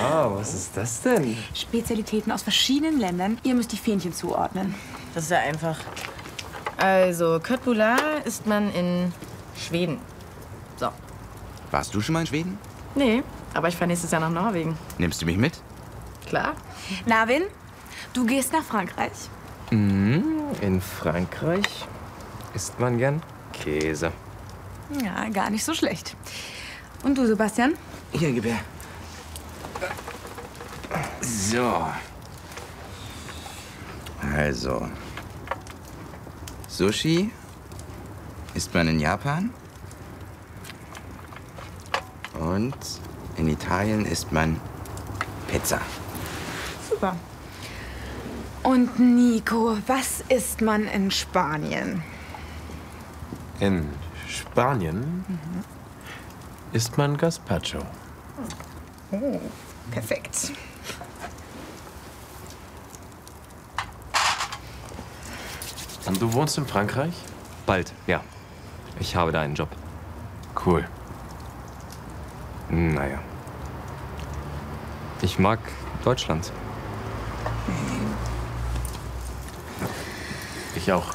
Wow, was ist das denn? Spezialitäten aus verschiedenen Ländern. Ihr müsst die Fähnchen zuordnen. Das ist ja einfach. Also, Kurt Boulard isst man in Schweden. So. Warst du schon mal in Schweden? Nee, aber ich fahre nächstes Jahr nach Norwegen. Nimmst du mich mit? Klar. Navin, du gehst nach Frankreich. Mhm, in Frankreich isst man gern Käse. Ja, gar nicht so schlecht. Und du, Sebastian? Hier, gib her. So. Also. Sushi isst man in Japan. Und in Italien isst man Pizza. Super. Und Nico, was isst man in Spanien? In Spanien isst man Gazpacho. Oh, perfekt. Und du wohnst in Frankreich? Bald, ja. Ich habe da einen Job. Cool. Naja. Ich mag Deutschland. Ich auch.